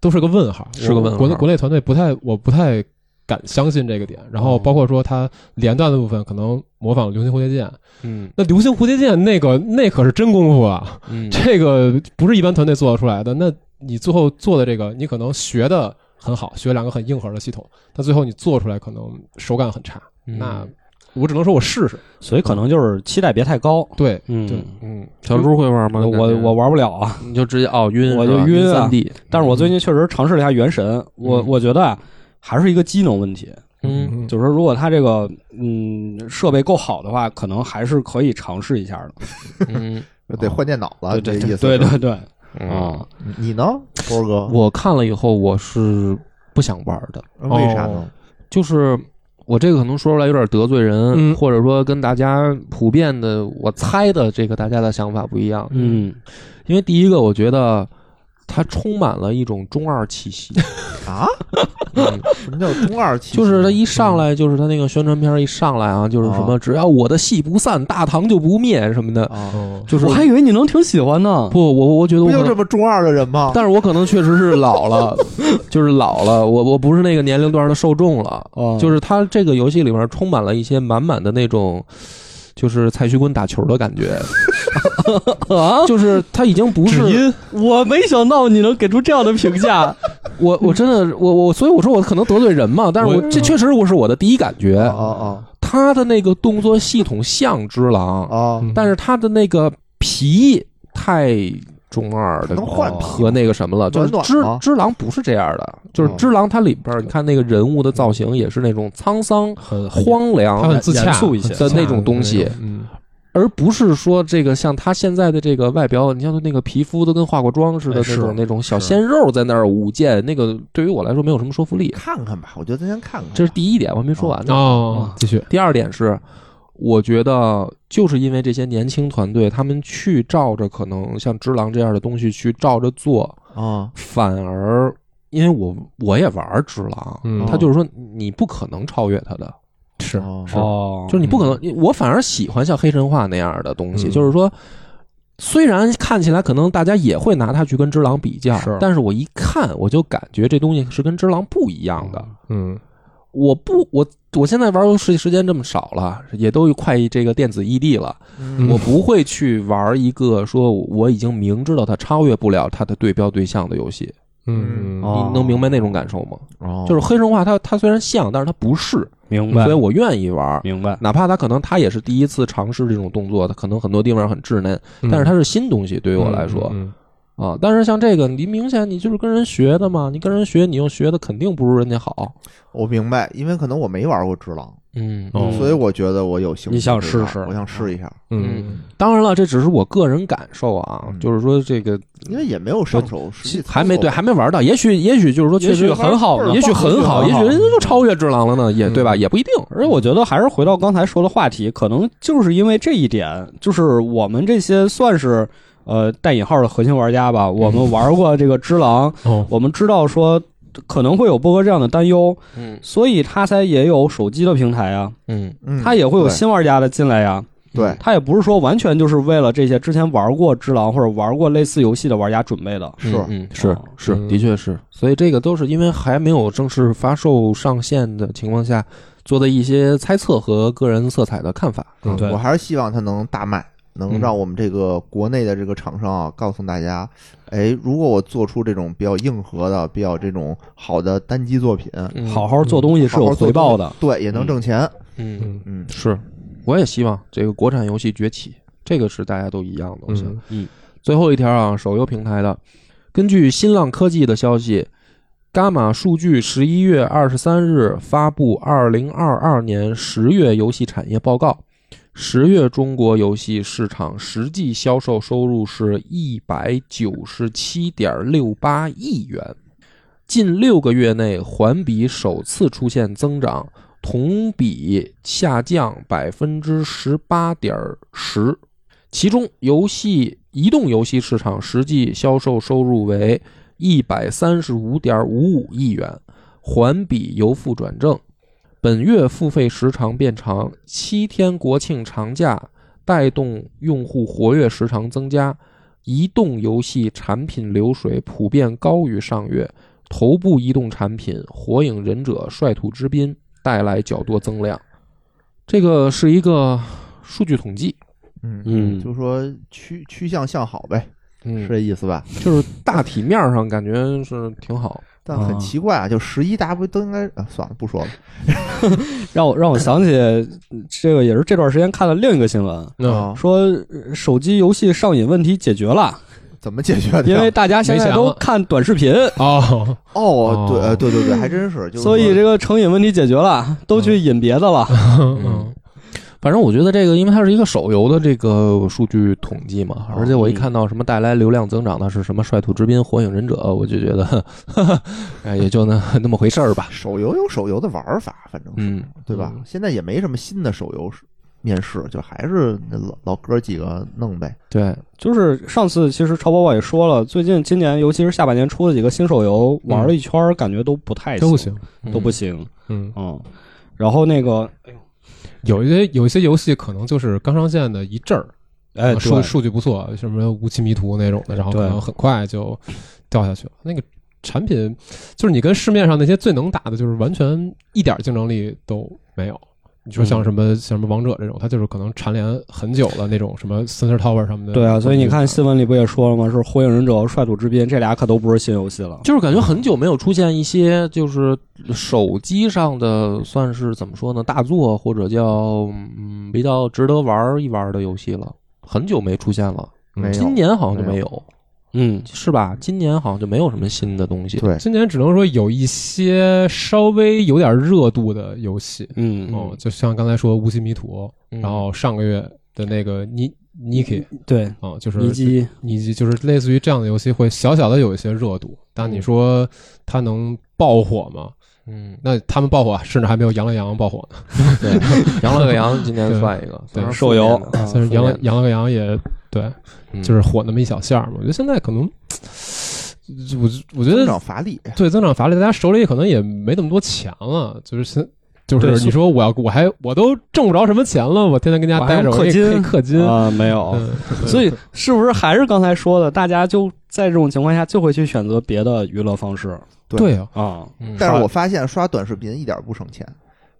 S3: 都是个问号，
S1: 是个问号
S3: 我国内国内团队不太，我不太敢相信这个点。然
S1: 哦
S3: 后包括说它连段的部分，可能模仿《流星蝴蝶剑》，
S1: 嗯
S3: 那《流星蝴蝶剑》那个那可是真功夫啊！
S1: 嗯
S3: 这个不是一般团队做得出来的。那你最后做的这个，你可能学的很好，学两个很硬核的系统，但最后你做出来可能手感很差。
S1: 嗯
S3: 那我只能说我试试。
S4: 所以可能就是期待别太高。
S3: 对，对
S4: 嗯，
S1: 嗯，小猪会玩吗？
S4: 我我我玩不了啊，
S1: 你就直接哦晕，
S4: 我就是
S1: 吧
S4: 晕啊
S1: 三 D，
S4: 但是我最近确实尝试了一下《原神》，我
S1: 嗯
S4: 我觉得啊，还是一个机能问题。
S1: 嗯
S3: 嗯，
S4: 就是说，如果它这个嗯设备够好的话，可能还是可以尝试一下的。
S1: 嗯
S2: 得换电脑
S1: 啊
S2: 了，这意思。
S4: 对，对对，
S1: 嗯，
S3: 哦
S4: 啊，
S2: 你呢，波哥？
S1: 我看了以后我是不想玩的。
S2: 为啥
S1: 哦
S2: 呢？
S1: 就是我这个可能说出来有点得罪人，
S3: 嗯
S1: 或者说跟大家普遍的我猜的这个大家的想法不一样。
S4: 嗯，
S1: 因为第一个，我觉得它充满了一种中二气 息，
S2: 啊？
S1: 嗯
S2: 什么叫中二气息？
S1: 就是它一上
S2: 嗯
S1: 来就是它那个宣传片一上来啊，就是什么
S2: 哦
S1: 只要我的戏不散，大唐就不灭什么的，
S2: 啊，
S1: 就是
S4: 我还以为你能挺喜欢呢。
S1: 不，我我我觉得
S2: 不
S1: 我可
S2: 就
S1: 能
S2: 这么中二的人吗？
S1: 但是我可能确实是老了， 就是老了，我我不是那个年龄段的受众了。
S2: 嗯
S4: 哦
S1: 就是它这个游戏里面充满了一些满满的那种，就是蔡徐坤打球的感 觉，
S4: 啊，
S1: 就是他已经不
S3: 只
S1: 是
S3: 因
S4: 我没想到你能给出这样的评 价。
S1: 我， 我真的我我，所以我说我可能得罪人嘛，但是我
S2: 嗯
S3: 我
S1: 这确实我是我的第一感觉
S2: 啊，啊
S1: 他的那个动作系统像只
S2: 啊
S1: 狼，
S2: 啊！
S1: 但是他的那个皮太。中二的
S2: 能换皮
S1: 和那个什么了，就是
S2: 暖暖
S1: 只
S2: 吗
S1: 只狼不是这样的，就是
S2: 嗯
S1: 只狼它里边儿你看那个人物的造型也是那种沧桑、
S3: 很
S1: 荒
S3: 他
S1: 凉
S3: 很自洽
S4: 严肃一些
S1: 的那种东西，
S3: 嗯，
S1: 而不是说这个像他现在的这个外表，你像他那个皮肤都跟化过妆似的
S3: 哎
S1: 那
S3: 是
S1: 种那种小鲜肉在那儿舞剑，那个对于我来说没有什么说服力。
S2: 看看吧，我觉得咱先看看吧。
S1: 这是第一点，我还没说完呢。
S3: 哦，继续，
S1: 第二点是，我觉得就是因为这些年轻团队，他们去照着可能像只狼这样的东西去照着做，
S2: 啊
S1: 反而因为我我也玩只狼，
S3: 嗯，
S1: 他就是说你不可能超越他的，
S3: 是
S2: 啊
S3: 是
S4: 哦，
S1: 就是你不可能，我反而喜欢像黑神话那样的东西，
S3: 嗯
S1: 就是说，虽然看起来可能大家也会拿它去跟只狼比较，
S3: 是
S1: 但是我一看我就感觉这东西是跟只狼不一样的。
S3: 嗯
S1: 我不，我我现在玩游戏时间这么少了，也都快这个电子异地了，
S2: 嗯
S1: 我不会去玩一个说我已经明知道它超越不了它的对标对象的游戏。
S3: 嗯
S2: 哦
S1: 你能明白那种感受吗？
S2: 哦
S1: 就是黑神话它它虽然像，但是它不是，
S4: 明白
S1: 所以，我愿意玩。
S4: 明白。
S1: 哪怕他可能他也是第一次尝试这种动作，他可能很多地方很稚嫩，
S3: 嗯
S1: 但是它是新东西对于我来说、
S3: 嗯
S1: 啊。但是像这个，你明显你就是跟人学的嘛，你跟人学，你又学的肯定不如人家好。
S2: 我明白，因为可能我没玩过《只狼
S1: 嗯
S3: 哦》，
S2: 所以我觉得我有兴趣。
S4: 你想试试
S2: 我想试一下，
S3: 嗯
S1: 当然了，这只是我个人感受啊，
S2: 嗯
S1: 就是说这个
S2: 因为也没有上手，实际操作
S1: 还没对，还没玩到，也许也许就是说确实
S4: 也许很好呢
S1: 也许很好，
S4: 也
S1: 也
S4: 许
S1: 许
S4: 很好
S1: 人家就超越只狼了呢，也
S3: 嗯
S1: 对吧？也不一定。
S4: 而且我觉得还是回到刚才说的话题，可能就是因为这一点，就是我们这些算是呃带引号的核心玩家吧，我们玩过这个《只狼》，
S3: 哦，
S4: 我们知道说可能会有波哥这样的担忧，
S1: 嗯
S4: 所以他才也有手机的平台啊，
S1: 嗯
S2: 嗯
S4: 他也会有新玩家的进来呀、
S2: 对对
S4: 他也不是说完全就是为了这些之前玩过《只狼》或者玩过类似游戏的玩家准备的。
S2: 是
S1: 嗯嗯是
S4: 哦
S1: 是，
S3: 嗯
S1: 的确是，所以这个都是因为还没有正式发售上线的情况下做的一些猜测和个人色彩的看法。
S3: 嗯
S4: 对
S2: 我还是希望它能大卖，能
S1: 嗯
S2: 让我们这个国内的这个厂商啊，告诉大家，哎，如果我做出这种比较硬核的、比较这种好的单机作品，
S1: 嗯
S4: 好好做东西是有回报的，嗯
S2: 对，也能挣钱。
S1: 嗯
S3: 嗯
S2: 嗯，
S1: 是，我也希望这个国产游戏崛起，这个是大家都一样的东西。
S3: 嗯
S1: 最后一条啊，手游平台的，根据新浪科技的消息，伽马数据十一月二十三日发布二零二二年十月游戏产业报告，十月中国游戏市场实际销售收入是一百九十七点六八亿元，近六个月内环比首次出现增长。同比下降百分之十八点十，其中游戏移动游戏市场实际销售收入为一百三十五点五五亿元，环比由负转正。本月付费时长变长，七天国庆长假带动用户活跃时长增加，移动游戏产品流水普遍高于上月。头部移动产品《火影忍者：率土之滨》带来较多增量。这个是一个数据统计，
S2: 嗯
S4: 嗯
S2: 就说趋趋向向好呗，
S1: 嗯
S2: 是这意思吧？
S1: 就是大体面上感觉是挺好。
S2: 但很
S4: 啊
S2: 奇怪啊，就十一大家不都应该啊？算了，不说了。
S4: 让我让我想起这个也是这段时间看的另一个新闻，
S1: 哦
S3: 那
S2: 啊，
S4: 说呃手机游戏上瘾问题解决了，
S2: 怎么解决的
S4: 因
S2: 呀？
S4: 为大家现在
S3: 没钱
S4: 都
S3: 了
S4: 看短视频，
S3: 哦，
S2: 哦，对，
S3: 哦
S2: 呃对对对，还真是。就是
S4: 所以
S2: 说
S4: 这个成瘾问题解决了，都去瘾别的了。
S1: 嗯，反正我觉得这个，因为它是一个手游的这个数据统计嘛，
S2: 哦
S1: 而且我一看到什么带来流量增长的是什么《率土之滨》《火影忍者》，我就觉得， 呵呵哎，也就那 那么回事儿吧。
S2: 手游有手游的玩法，反正是
S1: 嗯，
S2: 对吧？现在也没什么新的手游是面世，就还是那老老哥几个弄呗。
S1: 对，
S4: 就是上次其实超宝宝也说了，最近今年尤其是下半年出的几个新手游，玩了一圈儿感觉都不太
S3: 真嗯不
S4: 行，
S3: 行。
S4: 都不
S1: 行。
S4: 行。
S3: 嗯，
S4: 嗯，然后那个
S3: 有一些有一些游戏可能就是刚上线的一阵儿，
S4: 哎，
S3: 数
S4: 对
S3: 数据不错，什么无期迷途那种的，然后
S4: 对
S3: 可能很快就掉下去了。那个产品就是你跟市面上那些最能打的，就是完全一点竞争力都没有。你说
S4: 嗯
S3: 像什么、像什么王者这种，它就是可能蝉联很久的那种什么 Sensor Tower 什么的。
S4: 对啊，所以你看新闻里不也说了吗？是《火影忍者》《率土之滨》这俩可都不是新游戏了。
S1: 就是感觉很久没有出现一些就是手机上的算是怎么说呢大作或者叫嗯比较值得玩一玩的游戏了，很久没出现了。
S2: 没
S1: 嗯
S2: 有
S1: 今年好像就
S2: 没
S1: 没
S2: 有
S1: 有，
S4: 嗯，
S1: 是吧？今年好像就没有什么新的东西。
S2: 对，
S3: 今年只能说有一些稍微有点热度的游戏，
S4: 嗯，
S3: 哦，就像刚才说《无期迷途》，
S1: 嗯
S3: 然后上个月的那个尼 Niki
S4: 对，
S3: 啊，就是
S4: 以及
S3: 以及就是类似于这样的游戏会小小的有一些热度，但你说它能爆火吗？
S1: 嗯，
S3: 那他们爆火啊甚至还没有《羊了个羊》爆火呢。
S1: 对，羊了个羊，今年算一个，
S3: 对
S1: 算是
S4: 手游
S1: 负面的
S4: 啊
S3: 虽然《羊了
S1: 负面
S3: 羊了个羊》也对，
S1: 嗯
S3: 就是火那么一小下儿嘛。我觉得现在可能，我我觉
S2: 增
S3: 得
S2: 长乏
S1: 嗯
S2: 力。
S3: 对增长乏力，大家手里可能也没那么多钱了，就是现。就
S4: 对
S3: 是你说我要我还我都挣不着什么钱了，我天天跟家
S4: 我还
S3: 待着，
S4: 氪
S3: 我也
S4: 金
S3: 可以氪金，
S4: 啊，没有，
S3: 嗯，
S4: 所以是不是还是刚才说的，大家就在这种情况下就会去选择别的娱乐方式
S3: 对啊，
S4: 啊？
S1: 嗯
S2: 但是我发现刷短视频一点不省钱，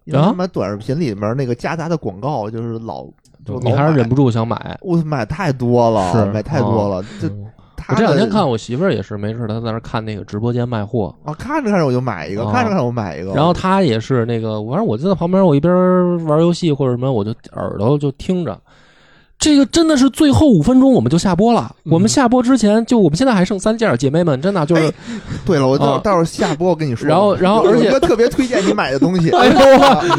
S2: 因为
S1: 啊
S2: 他妈短视频里面那个夹杂的广告就是老，就
S1: 你
S2: 老
S1: 还是
S2: 买
S1: 忍不住想买。
S2: 我买太多了，
S3: 是
S2: 买太多了。这
S3: 嗯
S2: 他
S1: 我这两
S2: 的
S1: 天看我媳妇儿也是没事，她在那儿看那个直播间卖货，
S2: 啊，看着看着我就买一个，
S1: 哦
S2: 看着看着我买一个，
S1: 然后她也是那个，反正我就在旁边，我一边玩游戏或者什么，我就耳朵就听着。这个真的是最后五分钟我们就下播了。
S3: 嗯
S1: 我们下播之前，就我们现在还剩三件儿，姐妹们，真的就是
S2: 哎对了，我到
S1: 啊
S2: 到时候下播我跟你说吧。
S1: 然后然后
S2: 有
S1: 而且
S2: 有一个特别推荐你买 的东西，啊
S3: 哎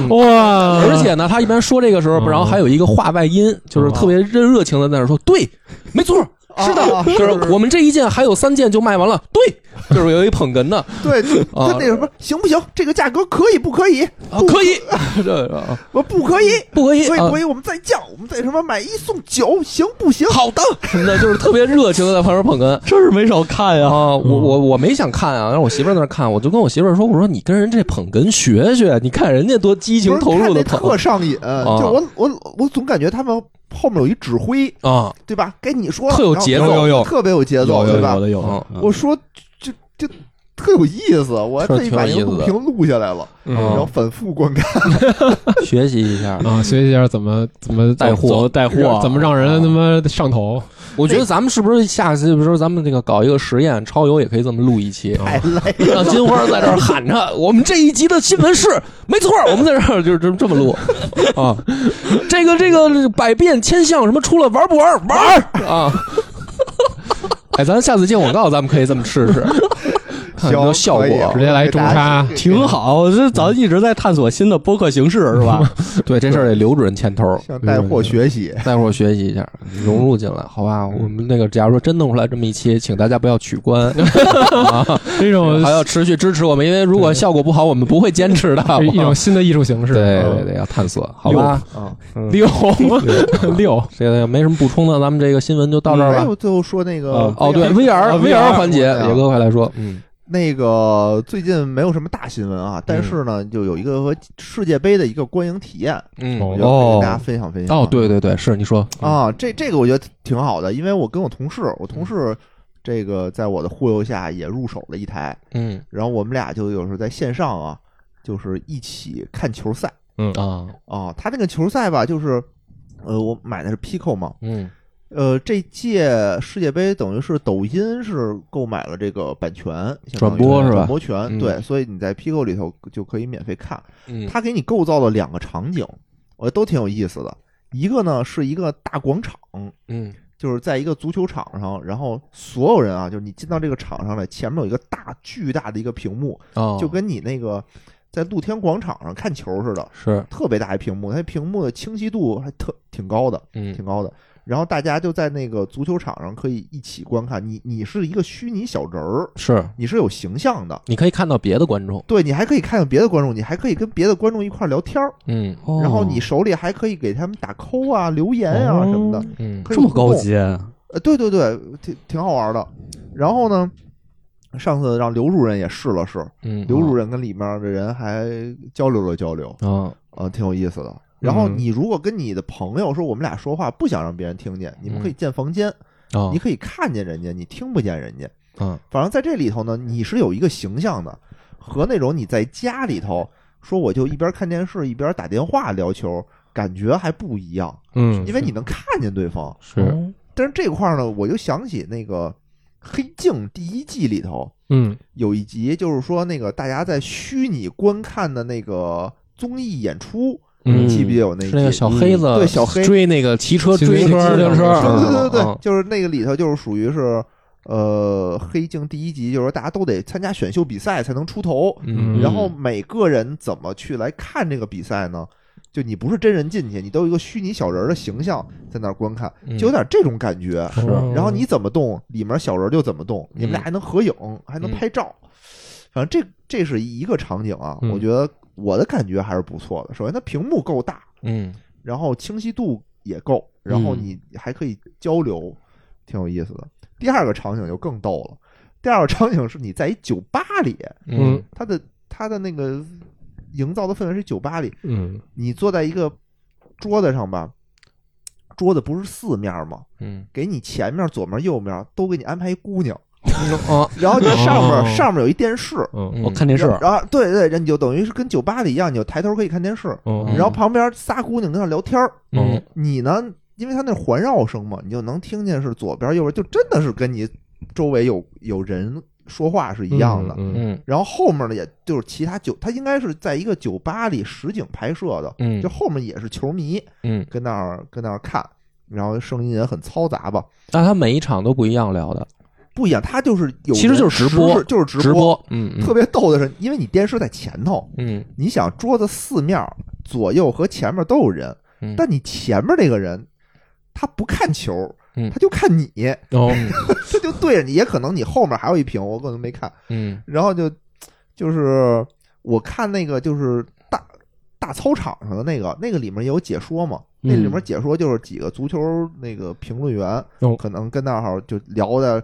S3: 呦哇，
S1: 而且呢，他一般说这个时候，
S3: 嗯
S1: 然后还有一个话外音，就是特别热热情的在那说：“对，没错，是
S2: 啊啊
S1: 的，就是我们这一件还有三件就卖完了。”对，就是有一捧哏的
S2: 对，
S1: 啊
S2: 他那什么行不行？这个价格可以不可以？
S1: 啊，可以，这啊
S2: 我不可以，
S1: 不可以
S2: 所以
S1: 啊
S2: 所以我们再降，我们再什么买一送九，行不行？
S1: 好的什么的，就是特别热情的在旁边捧 哏。
S4: 这是没少
S2: 哎
S4: 看呀。
S1: 啊，我
S2: 嗯
S1: 我我没想看啊，让我媳妇儿在那看，我就跟我媳妇儿说，我说你跟人这捧哏学学，你看人家多激
S2: 不
S1: 情
S2: 是
S1: 投入的
S2: 看那
S1: 捧
S2: 特上瘾。
S1: 啊
S2: 就我我我总感觉他们后面有一指挥，
S1: 啊，
S2: 对吧？该你说了，
S1: 特有
S2: 然后
S1: 节
S4: 有
S1: 奏
S4: 有有
S2: 特别有节
S4: 有
S2: 奏，
S4: 有
S2: 对吧
S4: 有？的有的
S1: 嗯，
S4: 嗯
S2: 我说就就特有意思，我还
S1: 是
S2: 特意
S1: 挺有
S2: 把那
S1: 意
S2: 个
S1: 思
S2: 录
S1: 的
S2: 屏录下来了，
S3: 嗯
S2: 然后反复观看。
S1: 学习一 下。
S3: 啊，学习一下怎么怎么
S1: 带货啊
S3: 走
S4: 带货
S3: 让怎么让人他妈 上头
S1: 我觉得咱们是不是下次，比如说咱们那个搞一个实验，超游也可以这么录一期，
S2: 太累了
S1: 让，金花在这儿喊着：“我们这一集的新闻是没错，我们在这儿就是这么这么录啊。这个这个百变千象什么出了玩不玩玩儿啊？哎，咱下次接广告，咱们可以这么试试，看有没有
S2: 行，
S1: 效果啊
S2: 可以啊
S3: 直接来中插，
S2: 给大家
S4: 挺好，这咱一直在探索新的播客形式，是吧？
S1: 对这事儿得留准前头，
S2: 向带货学习。
S1: 待会儿学习一下，融入进来，好吧？我们那个，假如说真弄出来这么一期，请大家不要取 关，啊、
S3: 一种
S1: 还要持续支持我们，因为如果效果不好，我们不会坚持的。好不
S3: 一
S1: 好
S3: 种新的艺术形式。
S1: 啊对
S3: 嗯
S1: 对对，要探索，好吧？
S2: 啊，
S3: 六六，
S1: 这个没什么补充的，咱们这个新闻就到这儿
S2: 还
S1: 吧。
S2: 有最后说那个
S4: 嗯
S1: 哦，对
S2: 啊
S1: ，VR VR 环节，
S2: 啊
S1: 野哥快来说，嗯，
S2: 那个最近没有什么大新闻啊，但是呢，就有一个和世界杯的一个观影体验，
S1: 嗯
S2: 我觉得可以
S1: 哦
S2: 跟大家分享分享。
S1: 哦，对对对，是你说，
S2: 啊，这这个我觉得挺好的，因为我跟我同事，我同事这个在我的忽悠下也入手了一台，
S1: 嗯
S2: 然后我们俩就有时候在线上啊，就是一起看球赛
S1: 啊，
S2: 啊。他那个球赛吧，就是呃，我买的是 Pico 嘛，
S1: 嗯
S2: 呃，这届世界杯等于是抖音是购买了这个版权，相
S1: 转
S2: 当于
S1: 播是吧
S2: 转播权、
S1: 嗯
S2: 对，所以你在 Pico 里头就可以免费看。
S1: 嗯，
S2: 它给你构造了两个场景，我觉得都挺有意思的。一个呢是一个大广场，
S1: 嗯
S2: 就是在一个足球场上，然后所有人啊，就是你进到这个场上来，前面有一个大巨大的一个屏幕，
S1: 哦，
S2: 就跟你那个在露天广场上看球似的，
S1: 是，
S2: 特别大一屏幕，它屏幕的清晰度还特挺高的。
S1: 嗯
S2: 挺高的。然后大家就在那个足球场上可以一起观看，你你是一个虚拟小人儿，
S1: 是，
S2: 你是有形象的，
S1: 你可以看到别的观众，
S2: 对你还可以看看别的观众，你还可以跟别的观众一块儿聊天儿，
S1: 嗯
S2: 然后你手里还可以给他们打 call 啊、留言啊什么的，
S1: 嗯
S2: 可以
S4: 这么
S2: 互动
S4: 高级，
S2: 呃，对对对，挺挺好玩的。然后呢，上次让刘主任也试了试，
S1: 嗯，
S2: 刘主任跟里面的人还交流了交流，
S1: 啊，
S2: 啊，挺有意思的。然后
S3: 嗯
S2: 你如果跟你的朋友说我们俩说话不想让别人听见，你们
S1: 嗯
S2: 可以建房间，
S1: 啊
S2: 你可以看见人家，你听不见人家。
S1: 啊，
S2: 反正在这里头呢，你是有一个形象的，和那种你在家里头说我就一边看电视一边打电话聊球，感觉还不一样，
S3: 嗯
S2: 因为你能看见对方。
S1: 是，
S2: 但是这块儿呢，我就想起那个《黑镜》第一季里头
S3: 嗯
S2: 有一集，就是说那个大家在虚拟观看的那个综艺演出，你
S3: 嗯
S2: 记不记得有那
S1: 是
S2: 一集？
S1: 那个小黑子，
S2: 嗯对小黑
S1: 追那个骑车
S3: 骑自
S1: 追
S3: 行
S1: 那个
S3: 车
S1: 自行车，
S3: 那个
S2: 对对对
S1: 嗯
S2: 对，，就是那个里头就是属于是，呃，黑镜第一集就是大家都得参加选秀比赛才能出头，
S1: 嗯，
S2: 然后每个人怎么去来看这个比赛呢？就你不是真人进去，你都有一个虚拟小人儿的形象在那儿观看，
S1: 嗯
S2: 就有点这种感觉。
S3: 嗯
S1: 是
S3: 哦
S2: 然后你怎么动，里面小人就怎么动，
S1: 嗯
S2: 你们俩还能合影，还能拍照。反正这这是一个场景啊，
S3: 嗯
S2: 我觉得我的感觉还是不错的。首先，它屏幕够大，
S1: 嗯
S2: 然后清晰度也够，然后
S1: 嗯
S2: 你还可以交流，挺有意思的。第二个场景就更逗了，第二个场景是你在一酒吧里，
S1: 嗯
S2: 它的它的那个营造的氛围是酒吧里，
S3: 嗯
S2: 你坐在一个桌子上吧，桌子不是四面吗？
S1: 嗯，
S2: 给你前面、左面、右面都给你安排一姑娘，
S1: 哦，
S2: 然后你上面、
S3: 哦
S2: 上面有一电视，
S3: 嗯
S4: 我看电视，
S2: 然后对对，然后你就等于是跟酒吧里一样，你就抬头可以看电视，
S3: 嗯，
S2: 然后旁边仨姑娘跟那聊天儿，
S3: 嗯
S2: 你呢，因为它那环绕声嘛，你就能听见是左边、右边，就真的是跟你周围有有人说话是一样的。
S3: 嗯
S1: 嗯
S2: 然后后面呢，也就是其他酒，它应该是在一个酒吧里实景拍摄的，
S1: 嗯
S2: 就后面也是球迷
S1: 嗯，
S2: 跟那儿跟那儿看，然后声音也很嘈杂吧，
S1: 但他每一场都不一样聊的，
S2: 不一样，它就是有
S1: 其实就是
S2: 人
S1: 直播
S2: 时事就是直
S1: 直播，嗯嗯
S2: 特别逗的是，因为你电视在前头，
S1: 嗯
S2: 你想桌子四面儿左右和前面都有人，
S1: 嗯
S2: 但你前面那个人他不看球
S1: 嗯，
S2: 他就看你，
S3: 哦
S2: 他就对着你，也可能你后面还有一屏，我可能没看，
S1: 嗯
S2: 然后就就是我看那个就是大大操场上的那个，那个里面也有解说嘛，那
S1: 嗯
S2: 里面解说就是几个足球那个评论员，
S3: 哦
S2: 可能跟那儿就聊的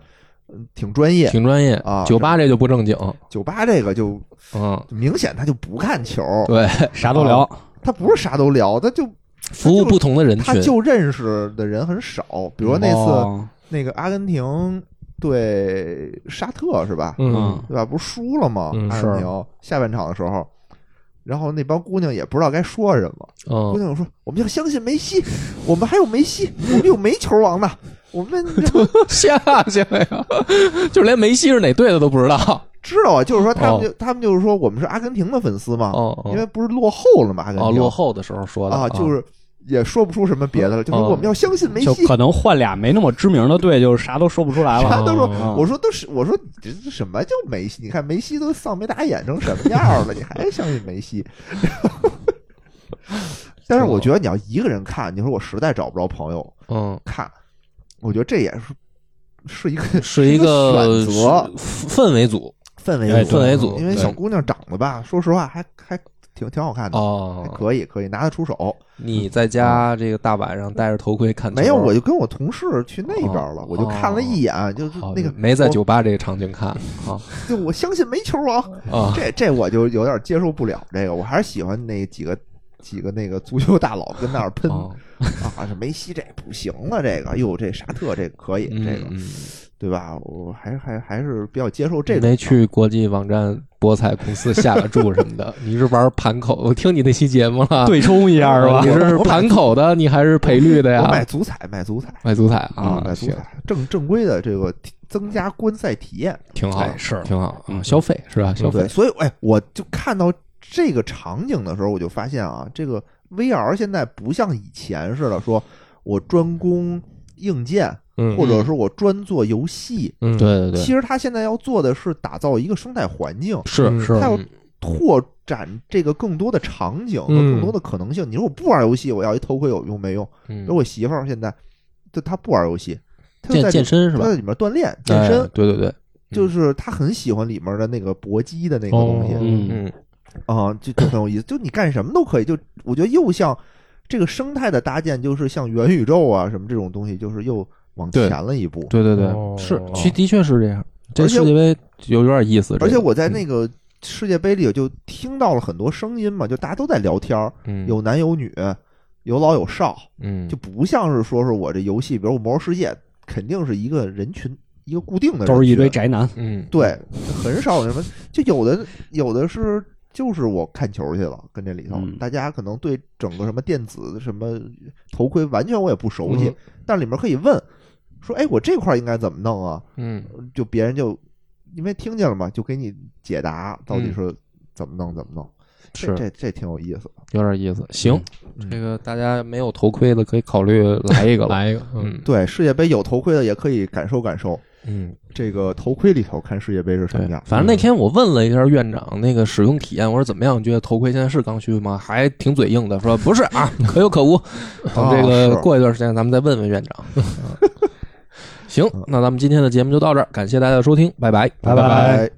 S2: 嗯挺专业。
S1: 挺专业
S2: 啊
S1: 酒吧这就不正经，
S2: 酒吧这个就
S1: 嗯，
S2: 明显他就不看球，
S1: 对，
S4: 啥都聊，
S2: 他不是啥都聊，他就
S1: 服务不同的人
S2: 他
S1: 群，
S2: 就认识的人很少。比如说那次、
S4: 哦
S2: 那个阿根廷对沙特是吧？
S3: 嗯
S4: 啊
S2: 对吧？不是输了吗
S3: 嗯？
S2: 阿根廷下半场的时候，然后那帮姑娘也不知道该说什么。
S1: 嗯，
S2: 姑娘说：“我们要相信梅西， 我们还有梅西，我们有煤球王 呢。我们这
S1: 下去呀， 就连梅西是哪队的都不知道。
S2: 知道啊，就是说他们就他们就是说我们是阿根廷的粉丝嘛，
S1: 哦
S2: 因为
S1: 哦，
S2: 不是落后了嘛，阿根
S1: 哦，
S2: 廷
S1: 落后的时候说的
S2: 啊，就是也说不出什么别的了，就说
S1: 哦
S2: 我们要相信梅
S4: 就
S2: 西。
S4: 可能换俩没那么知名的队，就是啥都说不出来
S1: 啊
S2: 啥
S4: 了。
S2: 都说
S4: 哦，
S2: 我说都是，我说这这什么叫梅西？你看梅西都丧眉打眼成什么样了，你还相信梅西？ 但是我觉得你要一个人看，你说我实在找不着朋友
S1: 嗯，
S2: 看，我觉得这也是是一个
S1: 是一
S2: 个
S1: 个
S2: 选择
S1: 是氛围组
S2: 氛
S1: 哎
S2: 围
S1: 氛围组
S2: 因为
S1: 对
S2: 小姑娘长得吧，说实话还还挺挺好看的，还
S1: 哦。
S2: 可以可以拿得出手。
S1: 你在家这个大晚上戴着头盔看球，
S2: 嗯没有，我就跟我同事去那边了，
S1: 嗯哦
S2: 我就看了一眼，就是
S1: 好
S2: 那个
S1: 没在酒吧这个场景 看啊
S2: 我就我相信没球王，
S1: 啊
S2: 这这我就有点接受不了这个，我还是喜欢那几个几个那个足球大佬跟那儿喷
S1: 啊
S2: 啊，这梅西这不行了，这个哟这沙特这可以，
S1: 嗯
S2: 这个
S1: 嗯
S2: 对吧？我还还还是比较接受这
S1: 你
S2: 种
S1: 没去国际网站博彩公司下个注什么的，你是玩盘口？我听你那期节目了，
S4: 对冲一下是吧
S1: 你？是盘口的，你还是赔率的
S3: 啊
S2: 我
S1: 呀？
S2: 买足彩买足彩
S1: 买足彩
S2: 啊，
S1: 啊
S2: 买，足
S1: 行，
S2: 彩正正规的这个增加观赛体验，
S1: 挺好
S4: 哎，是
S1: 挺好啊，
S4: 嗯
S1: 消费是
S3: 哦
S1: 吧？消
S2: 对，
S1: 费，
S2: 所以哎，我就看到这个场景的时候，我就发现啊，这个 VR 现在不像以前似的，说我专攻硬件，
S3: 嗯
S2: 或者是我专做游戏。
S3: 嗯，
S1: 对对
S2: 其，实它现在要做的是打造一个生态环境，
S1: 是
S3: 嗯
S1: 是，
S2: 它要
S1: 嗯
S2: 拓展这个更多的场景和
S3: 嗯
S2: 更多的可能性。你说我不玩游戏，我要一头盔有用没用？
S1: 嗯
S2: 而我媳妇儿现在，就她不玩游戏，她就在
S1: 健健
S2: 里
S1: 身是
S2: 她
S1: 吧
S2: 在？里面锻炼健身
S1: 哎，对对对，
S2: 就是她很喜欢里面的那个搏击的那个东西。
S3: 哦
S4: 嗯，
S1: 嗯
S2: 啊，就就很有意思。就你干什么都可以，就我觉得又像这个生态的搭建，就是像元宇宙啊什么这种东西，就是又往前了一步。
S1: 对对
S3: 哦
S1: 对，是，其的确是这样。这
S2: 而且
S1: 世界杯有有点意思，
S2: 而
S1: 这
S2: 且
S1: 个
S4: 嗯
S2: 我在那个世界杯里就听到了很多声音嘛，就大家都在聊天儿，
S1: 嗯
S2: 有男有女，有老有少，
S1: 嗯
S2: 就不像是说是我这游戏，比如我《魔兽世界》，肯定是一个人群，一个固定的人群，
S4: 都是一堆宅男。
S1: 嗯
S2: 对，很少有什么，就有的有的是就是我看球去了，跟这里头、
S4: 嗯
S2: 大家可能对整个什么电子什么头盔完全我也不熟悉，
S3: 嗯
S2: 但里面可以问说，哎，我这块儿应该怎么弄啊？
S1: 嗯
S2: 就别人就因为听见了嘛，就给你解答到底
S1: 嗯
S2: 是怎么弄怎么弄，这
S1: 是
S2: 这这挺有意思的。
S1: 有点意思。行，
S2: 嗯
S1: 这个大家没有头盔的可以考虑来一个了。
S3: 来一个，嗯，
S1: 嗯
S2: 对世界杯有头盔的也可以感受感受
S1: 嗯，
S2: 这个头盔里头看世界杯是什
S1: 对
S2: 么样，。
S1: 反正那天我问了一下院长那个使用体验，我说怎么样？你觉得头盔现在是刚需吗？还挺嘴硬的，说不是啊，可有可无。等这个
S2: 啊哦是
S1: 过一段时间，咱们再问问院长。嗯行，那咱们今天的节目就到这儿，感谢大家的收听，拜拜，
S2: 拜。